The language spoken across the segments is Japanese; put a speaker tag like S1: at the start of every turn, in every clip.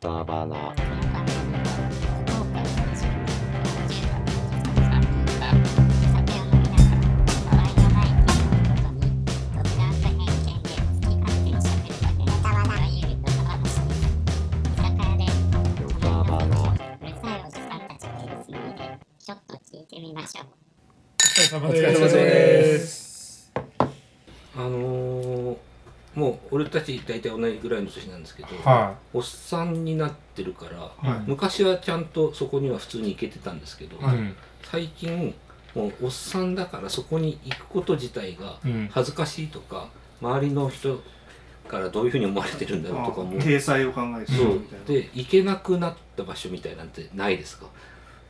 S1: 歌花歌花
S2: ちょっと聞いてみましょう。
S3: お
S4: お疲れ様
S3: で。
S4: ですあのーもう俺たち大体同じぐらいの年なんですけど、
S3: は
S4: おっさんになってるから、
S3: い。は
S4: 昔はちゃんとそこには普通に行けてたんですけど、
S3: い。うん。
S4: 最近もうおっさんだからそこに行くこと自体が
S3: うん
S4: 恥ずかしいとか、周りの人からどういうふうに思われてるんだろうとかも、
S5: 体裁を考えて
S4: そ
S5: そううみたい
S4: で行けなくなった場所みたいなんてないですか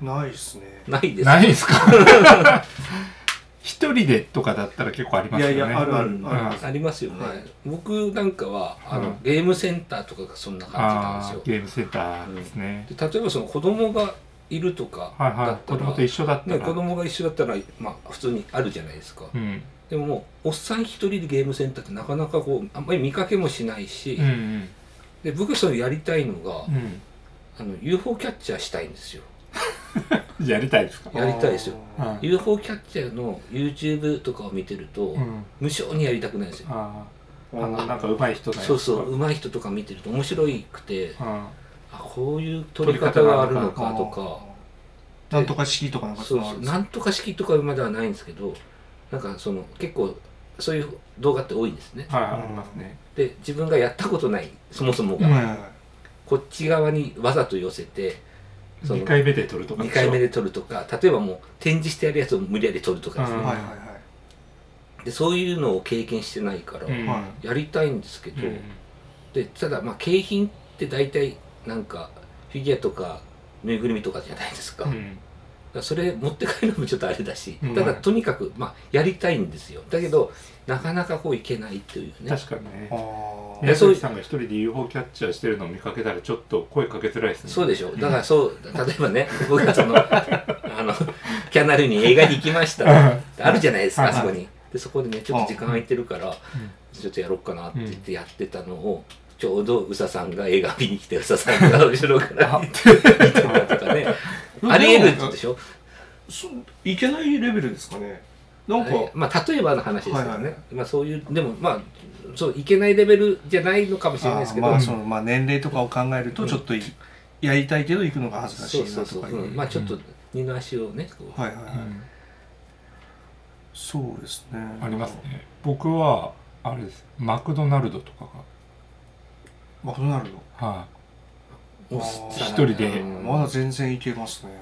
S5: なないですね
S4: ないです
S3: ないですか一人でとかだったら結構ありますよね。
S5: いやいやあるある
S4: うん
S5: あ
S4: ありますよね、
S5: はい
S4: 僕なんかはあの、
S3: うん
S4: ゲームセンターとかがそんな感じ
S3: あ
S4: な
S3: ー
S4: んですよ
S3: ゲームセンターですね。
S4: で例えばその子供がいるとか
S3: はい
S4: だ
S3: は
S4: っ
S3: い。子
S4: たら、
S3: 供と一緒だった
S4: ね、
S3: ら。
S4: 子供が一緒だったら、まあ、普通にあるじゃないですか、
S3: うん。
S4: でももうおっさん一人でゲームセンターってなかなかこうあんまり見かけもしないし、
S3: うんうん。
S4: で僕それやりたいのが、
S3: うん。
S4: あの UFO キャッチャーしたいんですよ
S3: やりたいですか
S4: やりたいですよ
S3: は。
S4: UFO キャッチャーの YouTube とかを見てると、
S3: うん。
S4: 無償にやりたくないんですよ、
S3: あ
S5: あ
S3: あ。あの、なんか上手い人だよ。
S4: そうそう上手い人とか見てると面白いくて
S3: うん。
S4: あこういう撮り方があるのかとか
S5: なんとか式とかなんか
S4: そう
S5: の
S4: そ
S5: ある
S4: うん
S5: です
S4: な
S5: か
S4: んとか式とかまではないんですけどなんかその結構そういう動画って多いんですね
S3: はい、ありますね。
S4: で自分がやったことないそもそもが、
S3: うん
S5: はいはいはい
S4: こっち側にわざと寄せてその
S3: 2回目で撮るとか
S4: 2回目
S3: で
S4: で撮るとか例えばもう展示してあるやつを無理やり撮るとかですね、
S3: うん
S5: はいはいはい
S4: でそういうのを経験してないから、
S3: しょ。うん。
S5: はい
S4: やりたいんですけど、
S3: うん
S4: でただまあ景品って大体なんかフィギュアとかぬいぐるみとかじゃないですか,、
S3: う
S4: だか
S3: ん。
S4: らそれ持って帰るのもちょっとあれだし、
S3: うん
S4: ただとにかくまあやりたいんですよだけどなかなかこういけないっていうね
S3: 確かにね。
S5: あ
S4: いや
S3: 宮
S4: そう
S3: 崎さんが一人で UFO キャッチャーしてるのを見かけたらちょっと声かけづらいですね
S4: そうでしょだからそう例えばね僕が そのあのキャナルに映画に行きました
S3: うん
S4: あるじゃないですか
S3: はい
S4: あそこにでそこでねちょっと時間空いてるからちょっとやろうかなって言ってやってたのをちょうど宇佐さんが映画見に来て宇佐さんが後ろから見てたと かね
S5: うん
S4: ありえるでしょ
S5: あそういけないレベルですかねなんか
S4: はいまあ例えばの話ですから
S5: はいはい
S4: ねまあそういうでもまあそういけないレベルじゃないのかもしれないですけど
S5: あーまあそのまあ年齢とかを考えるとちょっといやりたいけど行くのが恥ずかし
S4: そう
S5: い
S4: そ
S5: な
S4: うそ
S5: と
S4: う
S5: かいうう
S4: うんまあちょっと二の足をねこう
S5: はいはいはい、
S3: うん
S5: そうですね
S3: ありますね僕はあれですマクドナルドとか
S5: マクドナルド
S3: がは
S4: おっさん
S3: 一人で
S4: うん
S5: まだ全然いけますね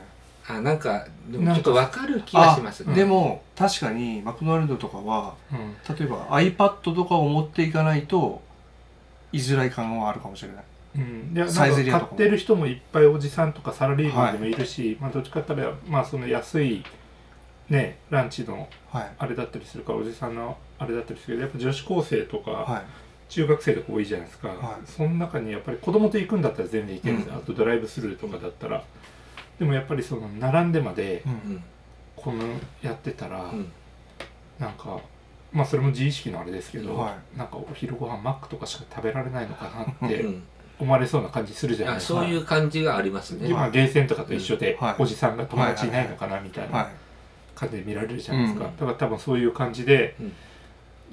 S4: あなんかでも
S3: なん
S4: ち
S3: か、
S4: ょっとわかる気がしますね
S5: あでも確かにマクドナルドとかはい
S3: うん
S5: 例えば iPad とかを持っていかないと居づらい感はあるかもしれない
S3: うん、いやなん
S5: サイゼ
S3: か
S5: リヤ
S3: 買
S5: とかも
S3: ってる人もいっぱいおじさんとかサラリーマンでもいるし、まあ、どっちかって言ったら、まあ、その安い、ね、ランチの
S5: はい
S3: あれだったりするからおじさんのあれだったりするけどやっぱ女子高生とか
S5: はい
S3: 中学生とか多いじゃないですか、
S5: はい
S3: その中にやっぱり子供と行くんだったら全然行けるんですよ、
S5: うん
S3: あとドライブスルーとかだったらでもやっぱりその並んでまで
S5: う
S4: うんん
S3: このやってたら、
S4: うん
S3: なんかまあそれも自意識のあれですけど、
S5: は
S3: なんかお昼ご飯マックとかしか食べられないのか なっ
S4: う
S3: て
S4: ん
S3: 思われそうな感じするじゃない
S4: あ
S3: ですか。
S4: そういう感じがありますね
S3: 今ゲーセンとかと一緒で、
S5: はい
S3: おじさんが友達いないのかなみたい
S5: は
S3: ない感じで見られるじゃないですか、
S4: うん
S3: だから多分そういう感じで、
S4: うん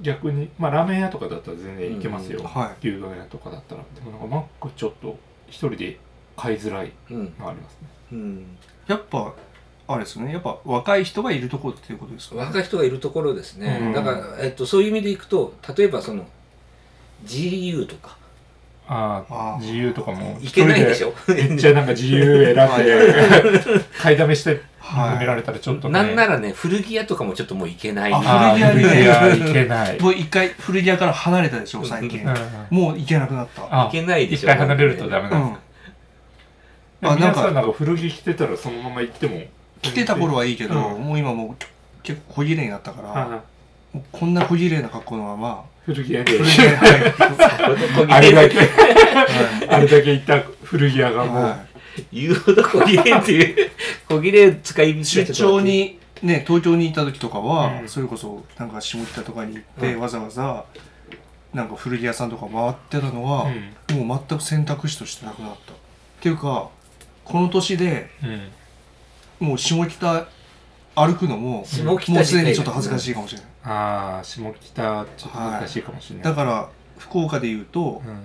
S3: 逆にまあラーメン屋とかだったら全然行けますよ、
S4: うん
S5: は
S3: 牛丼屋とかだったらでもなんかマックちょっと一人で買いづらい
S4: うん
S3: のがありますね
S4: うん
S5: やっぱあれですねやっぱ若い人がいるところっていうことですか、ね、
S4: 若い人がいるところですね、
S3: うん
S4: だから、えっと、そういう意味でいくと例えばその GU とか
S3: あ
S5: あ
S3: あ
S5: ー
S3: 自由とかも
S4: いけないでしょ
S3: めっちゃなんか自由選んで買いだめして
S5: はい
S3: 褒められたらちょっとね
S4: なんならね古着屋とかもちょっともういけない
S5: あ
S3: あー
S5: 古着屋
S3: 古
S5: ね
S3: 着屋いけない、
S5: もう一回古着屋から離れたでしょ最近、
S4: うん
S3: うん
S5: もう行けなくなった
S3: あ
S4: いけないでし
S3: 一
S4: ょ
S3: 回離れるとダメ
S5: う
S3: なん
S5: ん
S3: ですか、
S5: あなん
S3: 皆さ
S5: か
S3: んなんか古着着てたらそのまま行っても
S5: 来てた頃はいいけど、
S3: うん
S5: もう今もう結構小綺麗になったから、
S3: あ
S5: もうこんな小綺麗な格好のまま
S3: 古着屋
S5: 古
S3: で
S5: 着屋に入る
S3: あれだけ
S5: はい
S3: あれだけ行った古着屋がもう、
S5: は
S4: 言うほど小切れっていう 小切れ使い道
S5: い、出張にね東京にいた時とかは、
S3: うん
S5: それこそなんか下北とかに行って、わざわざなんか古着屋さんとか回ってたのは、
S3: う
S5: もう全く選択肢としてなくなったっていうかこの年で
S3: んうん
S5: もう下北歩くのも
S4: 下北
S5: もう
S4: 自
S5: すで
S4: 体
S5: に
S4: が
S5: ちょっと恥ずかしいかもしれない、
S3: ああ下北ちょっと難しいかもしれない、
S5: だから福岡でいうと、
S3: うん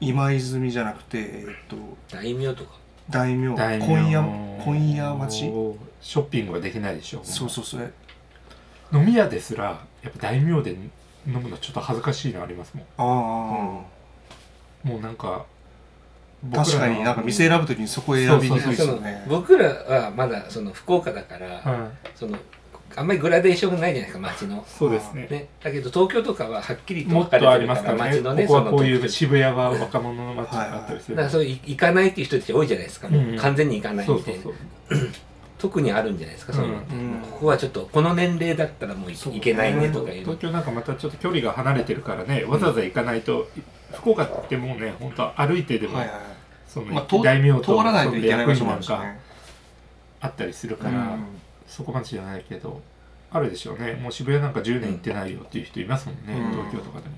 S5: 今泉じゃなくて、えっと、
S4: 大名とか
S5: 大名
S3: 大名
S5: 今夜今夜町
S3: ショッピングはできないでしょ
S5: そうそうそう
S3: 飲み屋ですらやっぱ大名で飲むのちょっと恥ずかしいのありますも
S5: ああ、
S3: んもうなんか
S5: 確かになんか店選ぶときにそこ選びにくいですよね
S4: 僕らはまだその福岡だから、
S3: はい
S4: そのあんまりグラデーションがないじゃないですか街の、
S3: そうですね
S4: ね、だけど東京とかははっきりと
S3: もっ
S4: 分かれ
S3: とあ
S4: て
S3: り
S4: る
S3: ま
S4: か
S3: すからら
S4: 街
S3: ね
S4: のね
S3: ここは
S4: その
S3: こういう
S4: 特徴
S3: 渋谷は若者の街とかあったりす
S4: だ
S3: る
S4: からそういう行かないっていう人たち多いじゃないですか、
S3: うんうん
S4: 完全に行かない
S3: そ
S4: み
S3: うそ
S4: たいうな
S3: そう
S4: 特にあるんじゃないですかその、
S3: う
S5: うん
S4: ここはちょっとこの年齢だったらもう
S5: そう
S4: 行けないねとかいうの
S3: 東京なんかまたちょっと距離が離れてるからねわざわざ行かないと、福岡ってもうね本当歩いてでも、
S5: はいはいはい
S3: その、
S5: まあ、通
S3: 大名と
S5: 通らないといけない場所もあ
S3: なん
S5: るし、
S3: か
S5: ね、
S3: あったりする
S5: う
S3: から、
S5: ん
S3: そこまでじゃないけどあるでしょうねもう渋谷なんか10年行ってないよっていう人いますもんね、
S5: うん
S3: 東京とかでも、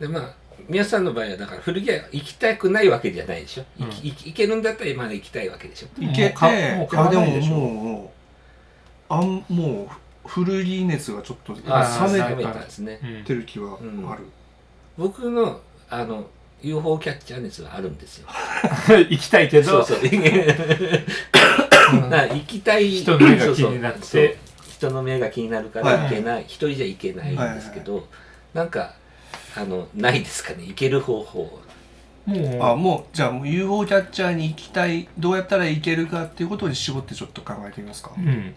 S4: でまあ宮さんの場合はだから古着屋行きたくないわけじゃないでしょ、
S3: うん
S4: 行き行き行けるんだったら今まで行きたいわけでしょ
S5: 行け
S3: もうか
S5: て
S3: もう
S5: い
S3: 買わ
S5: やで
S3: ない
S5: も
S3: でしょ
S5: もうもうあんもう古着熱がちょっと冷
S3: あー
S5: め
S4: 冷めたんですね
S3: うん
S5: てる気はある、
S4: 僕のあの UFO キャッチャー熱はあるんですよ
S3: 行きたいけ
S4: そう
S3: ど
S4: そう な行きたい
S3: 人の目が気になって
S4: そうそう人の目が気になるか
S5: はい
S4: ら行けない、一人じゃ行けないんですけど、なんかあのないですかね行ける方法
S3: もう
S5: あもうじゃあもう UFO キャッチャーに行きたいどうやったらいけるかっていうことに絞ってちょっと考えてみますか、
S3: うん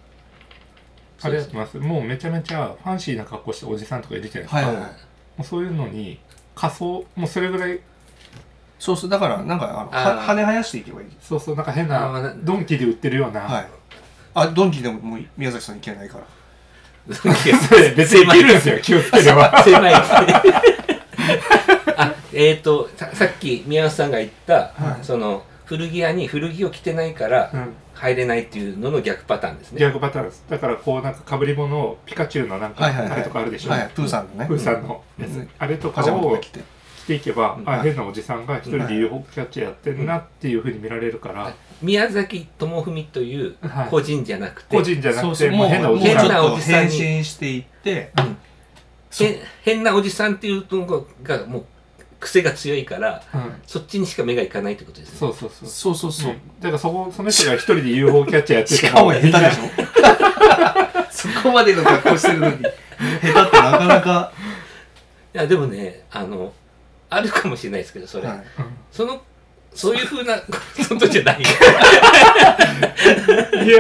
S3: あ
S4: そう
S3: り
S4: で
S3: が
S4: す
S3: とうございますもうめちゃめちゃファンシーな格好しておじさんとかいるじゃないですか、
S5: はいはいはい
S3: もうそういうのに仮装もうそれぐらい
S5: そうそうだからなんかあの
S4: あー
S5: は羽生やしていけばいい
S3: そうそうなんか変
S4: あまあ
S3: な
S4: な
S3: ドンキで売ってるような、
S5: はいあドンキでももう宮崎さん行けないから
S3: 別にいけるんですよ気をつければ
S4: 狭いあえっ、ー、とささっき宮本さんが言った、
S5: はい
S4: その古着屋に古着を着てないから
S3: うん
S4: 入れないっていうのの逆パターンですね、
S3: 逆パターンですだからこうなんかかぶり物をピカチュウのなんか、
S5: はいはい
S3: あ
S5: は
S3: れ
S5: い
S3: とかあるでしょ、
S5: はいプーさんのね
S3: プーさんのやつ、
S5: うん
S3: あれとか
S5: パジャマと
S3: を
S5: か着て
S3: 着ていけば、
S4: うん
S3: あ変なおじさんが一人
S5: は
S3: で
S5: い
S3: UFO キャッチやってるなっていうふうに見られるから、
S4: 宮崎智文という
S3: はい
S4: 個人じゃなくて、
S3: 個人じゃな
S5: そう
S3: く
S5: そ
S3: て
S5: うも
S3: も
S5: う
S3: う変なおじ
S5: もう
S3: さん
S5: ち
S4: なおじさん
S5: ょっと変
S4: に
S5: 身していって
S4: うんへ変なおじさんっていうのがもう癖が強いから
S3: うん
S4: そっちにしか目がいかないってことですね
S3: そうそうそう
S5: そうそうそう、
S3: うんだからそこその人が一人で UFO キャッチャーやって
S5: してかも下手
S3: みんな
S5: でしょ そこまでの格好してるのに下手ってなかなか、
S4: いやでもねあのあるかもしれないですけどそれ、
S5: はい
S4: そのそういうふうなことじゃな い
S3: いや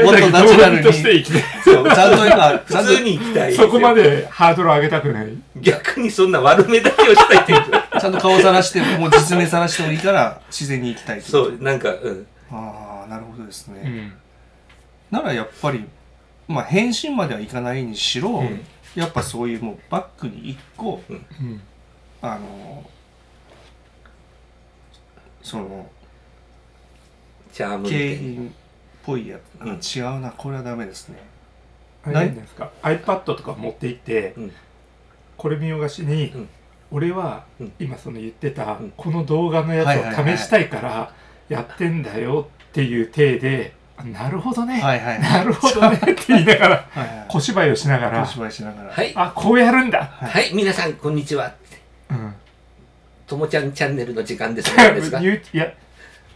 S5: もっとナチュラル
S3: なんか動物
S5: に
S3: として生きて
S5: そうちゃんと今ちゃ
S4: 普
S5: んと
S4: 通に行きたいですよ
S3: そこまでハードル上げたくない
S4: 逆にそんな悪目だけをしたい っていう
S5: ちゃんと顔さらしてもう実名さらしてもいいから自然に行きたいってこと
S4: そうなんかうん
S5: ああなるほどですね、
S3: うん
S5: ならやっぱりまあ返信まではいかないにしろ、
S4: うん
S5: やっぱそういうもうバッグに一個
S3: うん
S5: あのその
S4: チャームみた
S5: 景
S4: いな
S5: 品っぽいやつ、あ違うなこれはダメですね
S3: あれじゃないですか iPad とか持って行って、
S4: うん
S3: これ見よがしに、
S4: うん
S3: 俺は
S4: うん
S3: 今その言ってた、
S4: うん
S3: この動画のやつを試したいからやってんだよっていう体で、あなるほどね、
S5: はいはいはい
S3: なるほ どねって言いながら
S5: はいはい
S3: 小芝居をしなが
S5: お
S3: ら
S5: 芝居しながら、
S4: はい
S3: あこうやるんだ、
S5: はい
S4: はい皆さんこんにちは
S3: うん、
S4: ともちゃんチャンネルの時間ですねで すかいや
S3: You- いや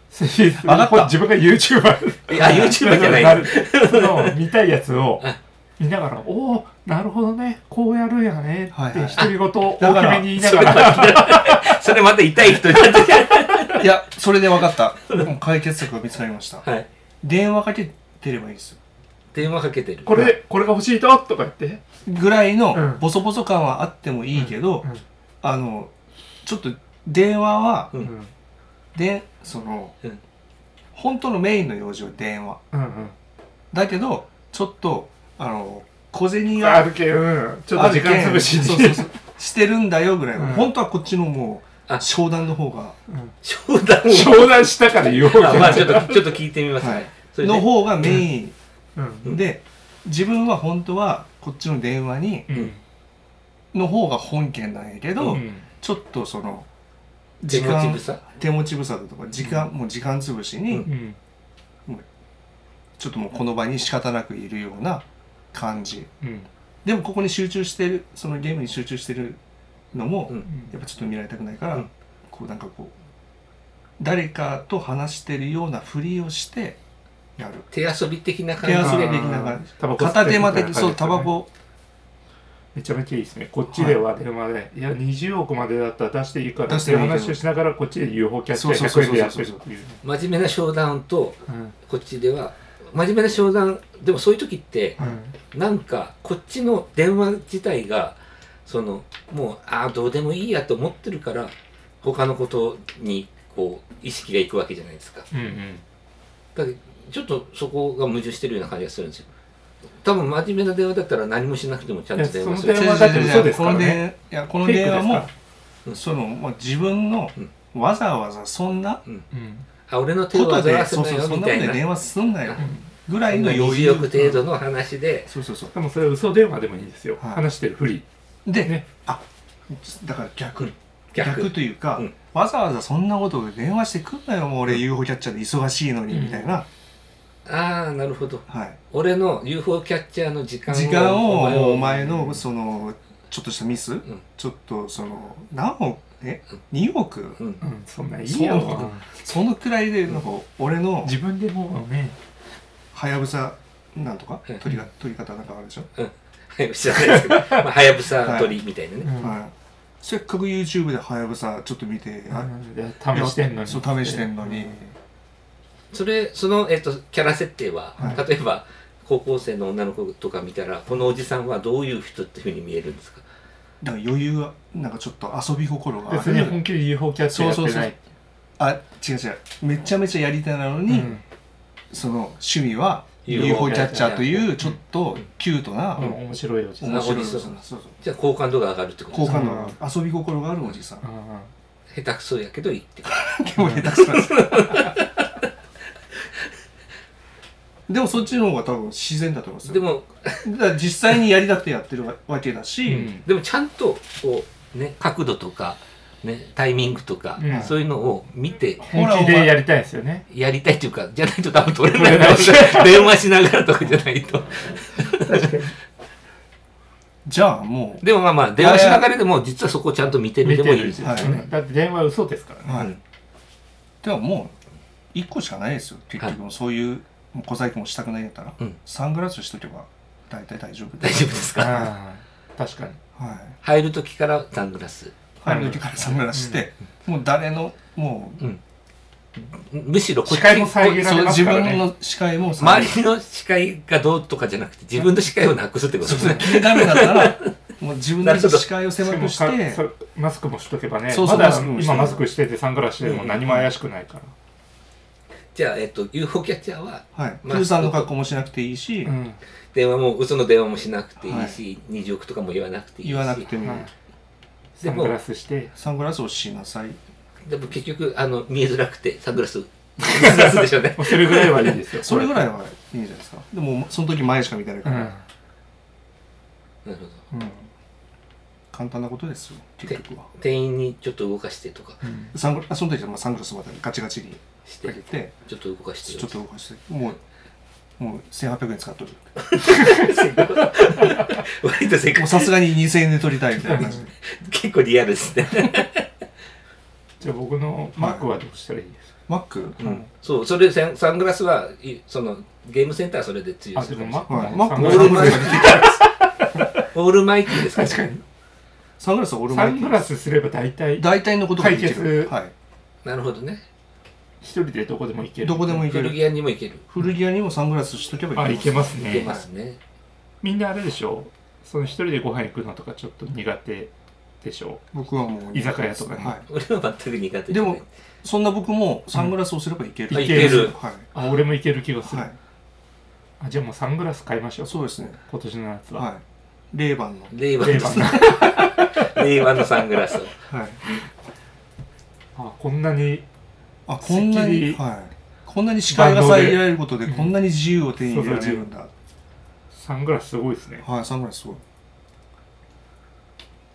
S3: それ
S5: かった
S3: これ自分が YouTuber
S4: YouTube じゃない
S3: なるその見たいやつを見ながら「おおなるほどねこうやるんやね」
S5: はい
S3: って
S5: はい
S3: 独り言を
S5: だ
S3: 大
S5: か
S3: き
S5: ら
S3: めに言いながら
S4: それまた痛い人になってきた
S5: いやそれで分かったもう解決策が見つかりました
S4: はい
S5: 電話かけてればいいんですよ
S4: 電話かけてる
S3: これこれが欲しいととか言って、
S5: ぐらいうの
S3: ん
S5: ボソボソ感はあってもいいけ
S3: う
S5: ど、
S3: ん
S5: あのちょっと電話は、
S4: うん
S3: うん
S5: でその、
S4: うん
S5: 本当のメインの用事は電話
S3: うん
S5: だけどちょっとあの小
S3: う
S5: 銭
S3: ん、
S5: が
S3: あるけうんちょっと時間潰しに
S5: そうそうそうしてるんだよぐらいの、
S3: うん
S5: 本当はこっちのも
S4: あ
S5: う商談の方が
S4: 商談を
S3: 商談したから言おうじゃ
S4: あ
S3: ん、
S4: まあちょっとちょっと聞いてみますね、
S5: はい
S4: それで
S5: の方がメイン
S3: うん
S5: で、自分は本当はこっちの電話に
S3: うん
S5: の方が本件なんやけど、
S3: うん
S5: ちょっとその
S4: 手
S5: 時
S4: 持ち
S5: 間
S4: ぶさ
S5: 手持ち無沙汰とか時間、もう時間潰し
S4: う
S5: に、
S4: ん
S3: うん
S5: ちょっともうこの場に仕方なくいるような感じ
S3: うん
S5: でもここに集中してるそのゲームに集中してるのも、
S4: うん
S5: やっぱちょっと見られたくないから、
S4: うん
S5: こうなんかこう誰かと話してるようなふりをしてやる
S4: 手遊び的な感
S5: 手
S4: じ
S5: 遊
S4: で
S5: び的な感じ
S3: タバコ吸って
S5: 片手
S3: るみたい
S5: ま
S3: な
S5: で
S3: 感じ
S5: そうタバ
S3: ね
S5: コ
S3: めちゃめちゃいいですね。こっちでは電話で、い、や、20億までだったら出していいから
S5: 出
S3: っ
S5: してて
S3: いう
S5: もいいけど
S3: 話をしながら、こっちで UFO キャッチャ
S5: そう
S3: ー
S5: そうそ
S3: 100円
S5: うそう
S3: でやってるっていう。
S4: 真面目な商談と
S3: うん
S4: こっちでは真面目な商談でもそういう時ってなんかこっちの電話自体がそのもうああどうでもいいやと思ってるから他のことにこう意識がいくわけじゃないですか
S3: うんうん
S4: だからちょっとそこが矛盾してるような感じがするんですよ多分真面目な電話だったら何もしなくてもちゃんと電話す
S3: いやその
S4: る
S3: 電話だって嘘ですからね
S5: 違う違う違うこの電いやこの電話
S3: フェイ
S5: も
S3: クで
S4: から
S5: そのもう自分の
S4: うん
S5: わざわざそんな
S3: うん
S4: あ俺の手
S5: こ
S4: を
S5: と
S4: 煩
S5: で
S4: わせ
S5: そう
S4: な
S5: そう
S4: よ
S5: そん
S4: み
S5: なこ
S4: た
S5: と
S4: い
S5: で
S4: な
S5: 電話すんなよぐらいの余
S4: 2
S5: 裕
S4: 億程度の話で
S5: そうそうそう
S3: でもそれは嘘電話でもいいですよ。
S5: はい
S3: 話してるふり。
S5: で、
S3: ね
S5: あだから逆、
S4: うん
S5: 逆
S4: 逆
S5: というか、
S4: うん
S5: わざわざそんなことで電話してくんなよもう俺 UFO キャッチャーで忙しいのに、
S3: うん
S5: みたいな、
S4: ああなるほど
S5: はい、
S4: 俺の UFO キャッチャーの時間を
S5: 時間をもうお前
S4: う
S5: の
S4: ん
S5: そのちょっとしたミス、
S4: ん
S5: ちょっとその何億え
S4: うん
S5: 2億
S4: うん
S3: うん、そんないいよ
S5: そうなん。そのくらいでなんか俺の
S3: 自分でもうね、
S5: はやぶさなんとか
S4: うん
S5: 取りが取り方なんかあるでしょ、
S4: はい知らないですけど、まあ、はやぶさ鳥みたいなね、
S3: うん
S5: はい、せっかく YouTube ではやぶさちょっと見て、あ
S3: いや試してんのに。
S5: そう試してんのに、
S4: それその、えっとキャラ設定は、
S5: は
S4: 例えば高校生の女の子とか見たらこのおじさんはどういう人っていうふうに見えるんですか
S5: だから余裕がなんかちょっと遊び心がある
S3: 別に本気で UFO キャッチャーやってない。
S5: あ違う違うめちゃめちゃやり手なのに、
S3: うん
S5: その趣味は
S4: UFO
S5: UFO キャッチャーと
S4: キャッチ
S5: いうちょっとキュートな、
S3: うん面白いおじさん。
S5: 面白い
S4: おじさん
S5: そうそう
S4: じゃあ好感度が上がるってこと
S5: 好
S4: ですか
S5: 感度が遊び心があるお じさん、
S3: うんうん
S4: 下手くそやけどいいってこと
S5: でも下手くそなんですよでもそっちの方が多分自然だと思いますよ
S4: でも
S5: だから実際にやりたくてやってるわけだし、
S3: うん
S4: でもちゃんとこう、ね、角度とか、ね、タイミングとか、
S3: うん
S4: そういうのを見て
S5: ほら
S3: 本気でやりたいですよね。
S4: やりたいというかじゃないと多分取れない
S3: 取れ ない
S4: 電話しながらとかじゃないと
S5: じゃあも
S4: でもまあまあ電話しながらでも実はそこをちゃんと見てる
S3: 見
S4: で
S3: て
S4: もい
S3: る
S4: い
S3: ん
S4: ん
S3: で
S4: ですす
S3: よ
S4: よ
S5: はい
S3: ね。だって電話嘘ですから
S5: う、
S3: ね。
S5: はい
S4: うん
S5: ではもう1個しかないですよ結局もうそういうもう小細工もしたくないんだったら、
S4: うん
S5: サングラスしとけば大体大丈夫
S4: 大丈夫ですか
S3: あー確かに。
S5: はい
S4: 入る時からサングラス
S5: 入る時からサングラスして、もう誰のもう
S4: むしろこっち
S3: 視界も遮ら
S5: そ
S3: れ
S5: う
S3: ま
S5: 自
S3: すからね
S5: 分の視界もさ
S4: 周りの視界がどうとかじゃなくて自分の視界をなくすってこと
S5: そ
S4: で
S5: う
S4: す
S5: そう
S4: ね
S5: 気になるんだった らもう自分
S4: な
S5: の
S4: るほど
S5: 視界を狭くし
S3: しかも
S5: て
S3: かそマスクもしとけばね
S5: そうそう
S3: ま
S5: マ
S3: だ
S5: スクもして
S3: 今マスクしててサングラスしても何も怪しくないから、
S4: じゃあ、えっと、UFO キャッチャーは
S5: はいプ
S4: まあ
S5: ーさんの格好もしなくていいし、
S3: うん
S4: 電話も嘘の電話もしなくていいし、20億とかも言わなくていいし
S5: 言わなくてもいい、
S3: はい
S4: で
S3: サン
S4: も
S3: グラスして
S5: サングラスをしなさい
S4: でも結局あの見えづらくてサングラスサングラスでしょう ね
S3: もうそれぐらいはいいですよ
S5: それぐらい
S3: は、
S5: はいいんじゃないですかでもその時前しか見てないか
S3: う
S5: ら、
S3: ん
S4: なるほど
S3: うん
S5: 簡単なことですよ結局は
S4: 店員にちょっと動かしてとか
S5: サングラその時はまあサングラスまたガチガチに
S4: して
S5: かけて
S4: ちょっと動かしてよ
S5: ちょっと動かしてもうもう1800円使っとる
S4: 割とせっか
S5: もうさすがに2000円で取りたいみ たいな感じで
S4: 結構リアルですね、
S3: じゃあ僕のマークはどうしたらいいですか、
S5: マック、
S4: うんそうそれサンサングラスはいそのゲームセンターはそれで通用
S3: あ
S4: す
S3: で
S4: るか
S3: もマーク
S4: もし
S5: はいマック
S4: オ
S5: も
S4: ールマイティオールマイ
S5: サングラス
S4: ティですから
S3: 確かに
S5: サングラスは俺も
S3: サ
S5: 入って
S3: ン
S5: る
S3: グラスすれば大体
S5: 大体のことができる
S3: 解決
S5: はい
S4: なるほどね
S3: 一人でどこでも行ける
S5: どこでもいけ
S4: 古
S5: る
S4: 着屋にも行ける
S5: 古着屋にもサングラスしとけば
S3: あ
S5: い
S3: 行けますね
S4: 行けますね、
S3: みんなあれでしょその一人でご飯行くのとかちょっと苦手でしょ
S5: 僕はもう
S3: 居酒屋とかね
S5: は
S4: 俺は全く苦手
S5: い、でもそんな僕もサングラスをすればいける、
S4: あ
S5: はいい、
S4: ける
S5: は
S3: あ俺も行ける気がする、
S5: い、
S3: あじゃあもうサングラス買いましょう
S5: そうですね
S3: 今年の夏は、
S5: はいレイバンの
S4: 令和
S3: 定番な
S4: の 令和のサングラスを
S5: はい
S3: あこんなに
S5: あこんなに、
S3: スッキリ
S5: はい、こんなに視界が遮られることでこんなに自由を手に入れられるんだ、
S3: サングラスすごいですね
S5: はいサングラスすごい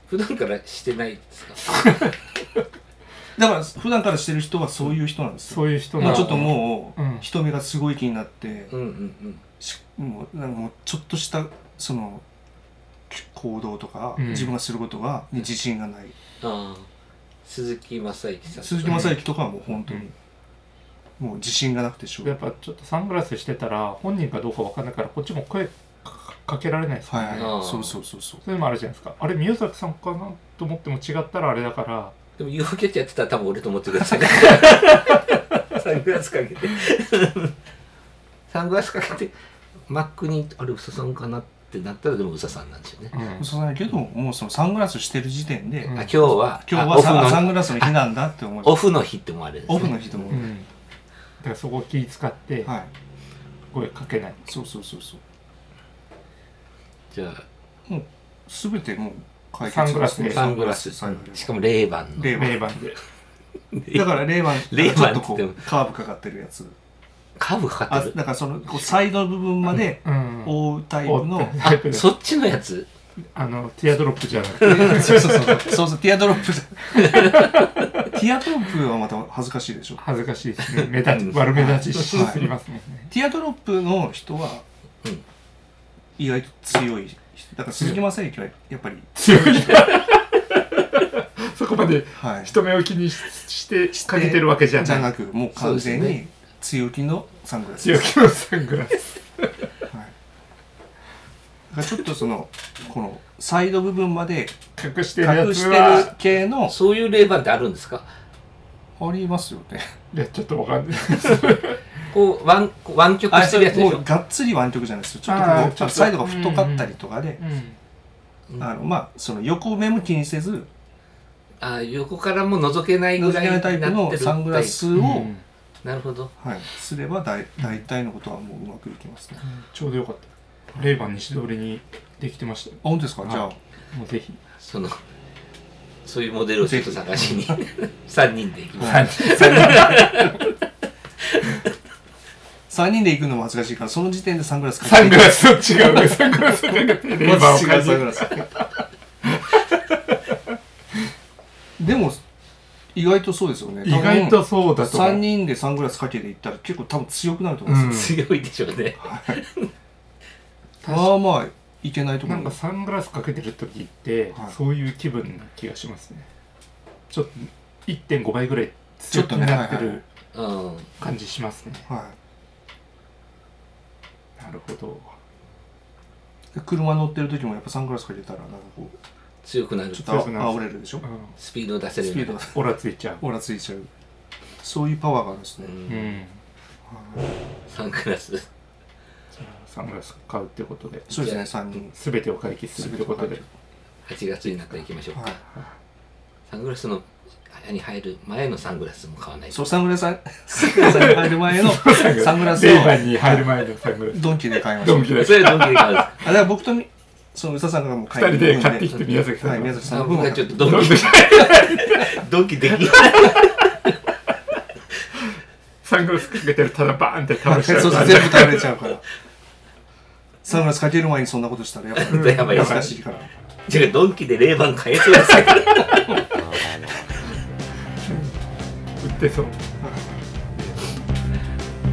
S4: 普段からしてないですか
S5: だから普段からしてる人はそういう人なんですよ、
S3: そういう人
S5: ま
S3: が
S5: あ、ちょっともう、
S3: うん
S5: 人目がすごい気になって、
S4: うんうん
S5: しもうなんかもうちょっとしたその行動とか、
S3: うん
S5: 自分がすることがに自信がない、
S4: うんああ鈴木正幸さん
S5: 鈴木雅之とかはもう本当に、もう自信がなくてしょうが
S3: や
S5: な
S3: っ
S5: い
S3: ぱちょっとサングラスしてたら本人かどうかわかんないからこっちも声かかけられないですからね、
S5: はい
S4: あー
S5: そうそうそうそう
S3: そういうのもあるじゃないですかあれ宮崎さんかなと思っても違ったらあれだから
S4: でも UFO キャッチやってたら多分俺と思ってください サングラスかけて サングラスかけてマックにあれ宇佐さんかなってなったらでも宇佐さんなんですよね、
S3: うん
S5: そうだけどもうそのサングラスしてる時点で、
S3: うん
S4: あ今日は
S5: 今日
S4: あ
S5: は
S4: オフ
S5: サンサン
S4: の
S5: グラスの日なんだって思い
S4: オフの日ってもあれです、ね、
S5: オフの日と思う、
S3: うんだからそこを気使って
S5: はい
S3: 声かけない、
S5: そうそうそうそう
S4: じゃあ
S5: すべてもう解
S3: サングラスで
S4: サングラス
S5: サングラ
S4: し
S5: ス
S4: かもレイバンの
S5: レイバン
S3: 名盤で
S5: だからレイバン
S4: レイ
S5: ちょ
S4: バン
S5: っとこ
S4: って言
S5: う
S4: って
S5: カーブかかってるやつ
S4: カーブかか
S5: あ
S4: ってる
S5: だからそのこうサイドの部分まで
S3: うん
S5: 覆うタイプ
S3: お
S5: の
S3: タイプで
S4: そっちのやつ
S3: あのティアドロップじゃなくて
S5: そうそうそうそうそうティアドロップじゃんティアドロップはまた恥ずかしいでしょ
S3: 恥ずかしい ですね目立
S4: うん
S3: ち悪目立ちし
S5: はい
S3: すぎますもんね、
S5: ティアドロップの人は
S4: うん
S5: 意外と強い人だから鈴木雅之はやっぱり
S3: 強い そこまで
S5: はい
S3: 人目を気にししてかけてるわけじゃ
S5: じゃ
S3: ない
S5: なくもう完全に強気のサングラス
S3: 強
S5: です
S3: 気のサングラス
S5: はい、だからちょっとそのこのサイド部分まで
S3: 隠してるや
S5: 隠
S3: つ
S5: してる
S3: は
S5: 系の
S4: そういうレイバンってあるんですか
S5: ありますよね
S3: いやちょっとわかんない
S4: こう湾湾曲してるやつで
S5: も
S4: し
S5: う
S4: ょ
S5: がっつり湾曲じゃないですよちょっと
S3: あー
S5: こう
S3: ちょっと
S5: サイドが太かったりとかで、
S4: うん
S5: あのまあその横目も気にせず
S4: ああ横からも覗けないぐ
S5: 覗
S4: らい
S5: け
S4: にないっ
S5: な
S4: て
S5: タイ
S4: る
S5: プのサングラスを、
S3: うん
S4: なるほど
S5: はい、すれば大大体のことはもううまくいきますね、あ
S3: ちょうどよかったレイバン西通りにできてましたよ
S5: 本当ですか、
S3: い
S5: じゃあ
S3: もうぜひ
S4: そのそういうモデルをちょっと探 しに3人で行きます
S5: はい
S3: 3
S5: 3人で行くのも恥ずかしいからその時点でサングラスか
S3: ングラスと違うねサングラスをかけ てレイバンを
S5: まず違
S3: か
S5: うサング
S3: け
S5: ラスでも意外とそうですよね
S3: 意外とそうだと思う
S5: 3人でサングラスかけていったら結構多分強くなると思
S3: う
S5: うんで
S3: ん
S5: すよ、
S4: 強いでしょうね
S5: まあまあいけないと思
S3: な
S5: うん
S3: かサングラスかけてる時って、
S5: はい
S3: そういう気分な気がしますねちょっと1.5倍ぐらい強くなって
S5: ちょっとねはいはいは
S3: る
S5: い
S4: うん
S3: 感じしますね
S5: は
S3: なるほど
S5: い、で車乗ってる時もやっぱサングラスかけたらなんかこう
S4: 強くなる
S5: ちょっ
S3: 強
S5: と
S3: くなる
S5: あ煽れるでしょ
S3: うん
S4: スピードを出せる
S5: ス
S4: よ
S5: ピ
S4: うに
S5: ード
S4: な
S5: が
S4: る
S3: オラついちゃう
S5: オーラついちゃうそういうパワーがあるんですね、
S3: う
S4: うん
S3: ん
S5: はい
S4: サングラス
S3: じゃあサングラス買うってことで
S5: そうですね3人
S3: 全てを回帰するってことで
S4: 8月になったら行きましょうか、
S5: はい
S4: サングラスの部屋に入る前のサングラスも買わない
S5: そ
S4: と
S5: うサングラスさサングラスに入る前の サングラスを
S3: レイバンに入る前のサングラス
S5: ドンキで買いました
S3: ドンキで
S4: それはドンキで 買うんです
S5: あれは僕とみその宇佐さんがもう
S3: 2人で買って
S5: き
S3: きて宮崎さんが、
S5: はい宮崎さん
S4: あ
S5: の
S4: 僕
S5: 分
S4: が
S5: が
S4: ちょっとド ンキドンキできない
S3: サングラスかけてるただバーンって倒しちゃう
S5: そうそう全部食べれちゃうからサングラスかける前にそんなことしたらやっぱり
S4: やばいやばい
S5: 難しいから
S4: じゃあドンキで冷盤買えそう ですね
S3: 売ってそう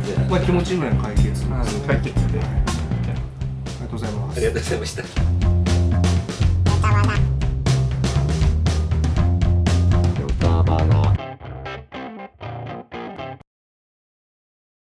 S4: じゃあ
S5: まあ気持ちいいぐらいの解決
S3: あの
S5: あ
S3: 解決で
S5: りがとうございま
S4: あ
S5: す
S4: りがとうございました
S5: はい